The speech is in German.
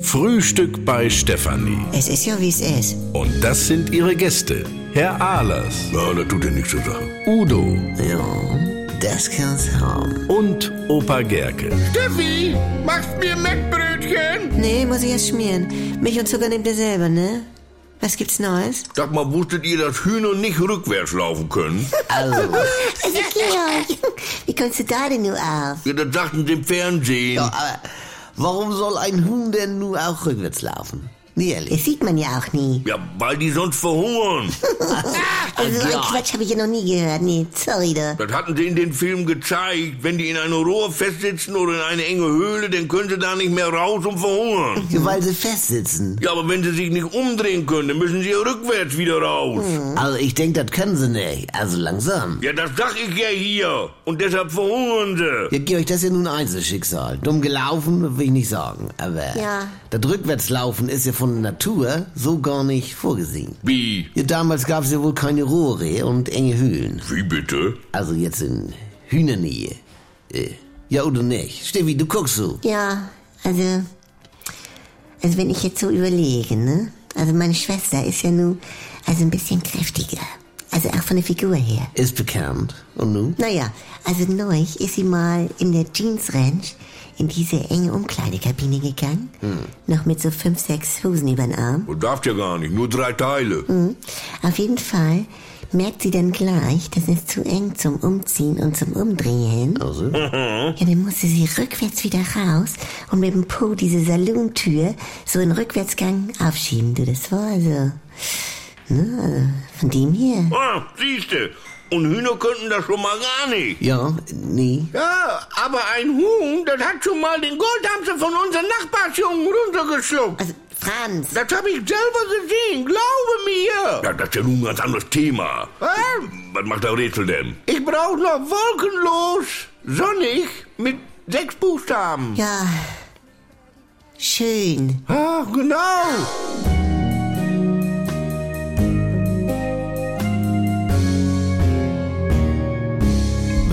Frühstück bei Stefanie. Es ist ja, wie es ist. Und das sind ihre Gäste. Herr Ahlers, Ja, das tut ja nichts zur Sache. Udo Ja, das kann's haben. und Opa Gerke. Steffi, machst mir Mettbrötchen? Nee, muss ich erst schmieren. Milch und Zucker nehmt ihr selber, ne? Was gibt's Neues? Sag mal, wusstet ihr, dass Hühner nicht rückwärts laufen können? Also, Georg, wie kommst du da denn nur auf? Ja, das sagten sie im Fernsehen. Aber warum soll ein Huhn denn nun auch rückwärts laufen? Nee, ehrlich. Das sieht man ja auch nie. Ja, weil die sonst verhungern. Also, so einen Quatsch habe ich ja noch nie gehört. Nee, sorry, da. Das hatten sie in den Film gezeigt. Wenn die in einem Rohr festsitzen oder in eine enge Höhle, dann können sie da nicht mehr raus und verhungern. Weil sie festsitzen. Ja, aber wenn sie sich nicht umdrehen können, dann müssen sie ja rückwärts wieder raus. Also ich denke, das können sie nicht. Also langsam. Ja, das sag ich ja hier. Und deshalb verhungern sie. Ja, Georg, das ist ja nun Einzelschicksal. Dumm gelaufen, will ich nicht sagen. Aber Ja. das Rückwärtslaufen ist ja von der Natur so gar nicht vorgesehen. Wie? Ja, damals gab es ja wohl keine Rohre und enge Höhlen. Wie bitte? Also jetzt in Hühnernähe. Äh, Ja oder nicht? Steffi, du guckst so. Ja, also, also wenn ich jetzt so überlege, ne? Also meine Schwester ist ja nun, also ein bisschen kräftiger. Also auch von der Figur her. Ist bekannt. Und nun? Naja, also neulich ist sie mal in der Jeans Ranch in diese enge Umkleidekabine gegangen. Noch mit so fünf, sechs Hosen über den Arm. Du darfst ja gar nicht. Nur drei Teile. Auf jeden Fall merkt sie dann gleich, das ist zu eng zum Umziehen und zum Umdrehen. Also? Ja, dann musste sie rückwärts wieder raus und mit dem Po diese Salontür so in Rückwärtsgang aufschieben. Du, das war also, ne, also von dem her. Ah, siehste. Und Hühner könnten das schon mal gar nicht. Ja, nee. Ja, aber ein Huhn, das hat schon mal den Goldhamster von unserem Nachbarsjungen runtergeschluckt. Also, Franz, Das habe ich selber gesehen, glaube mir. Ja, das ist ja nun ein ganz anderes Thema. Was macht der Rätsel denn? Ich brauche noch wolkenlos, sonnig, mit sechs Buchstaben. ja, schön. Ah, genau.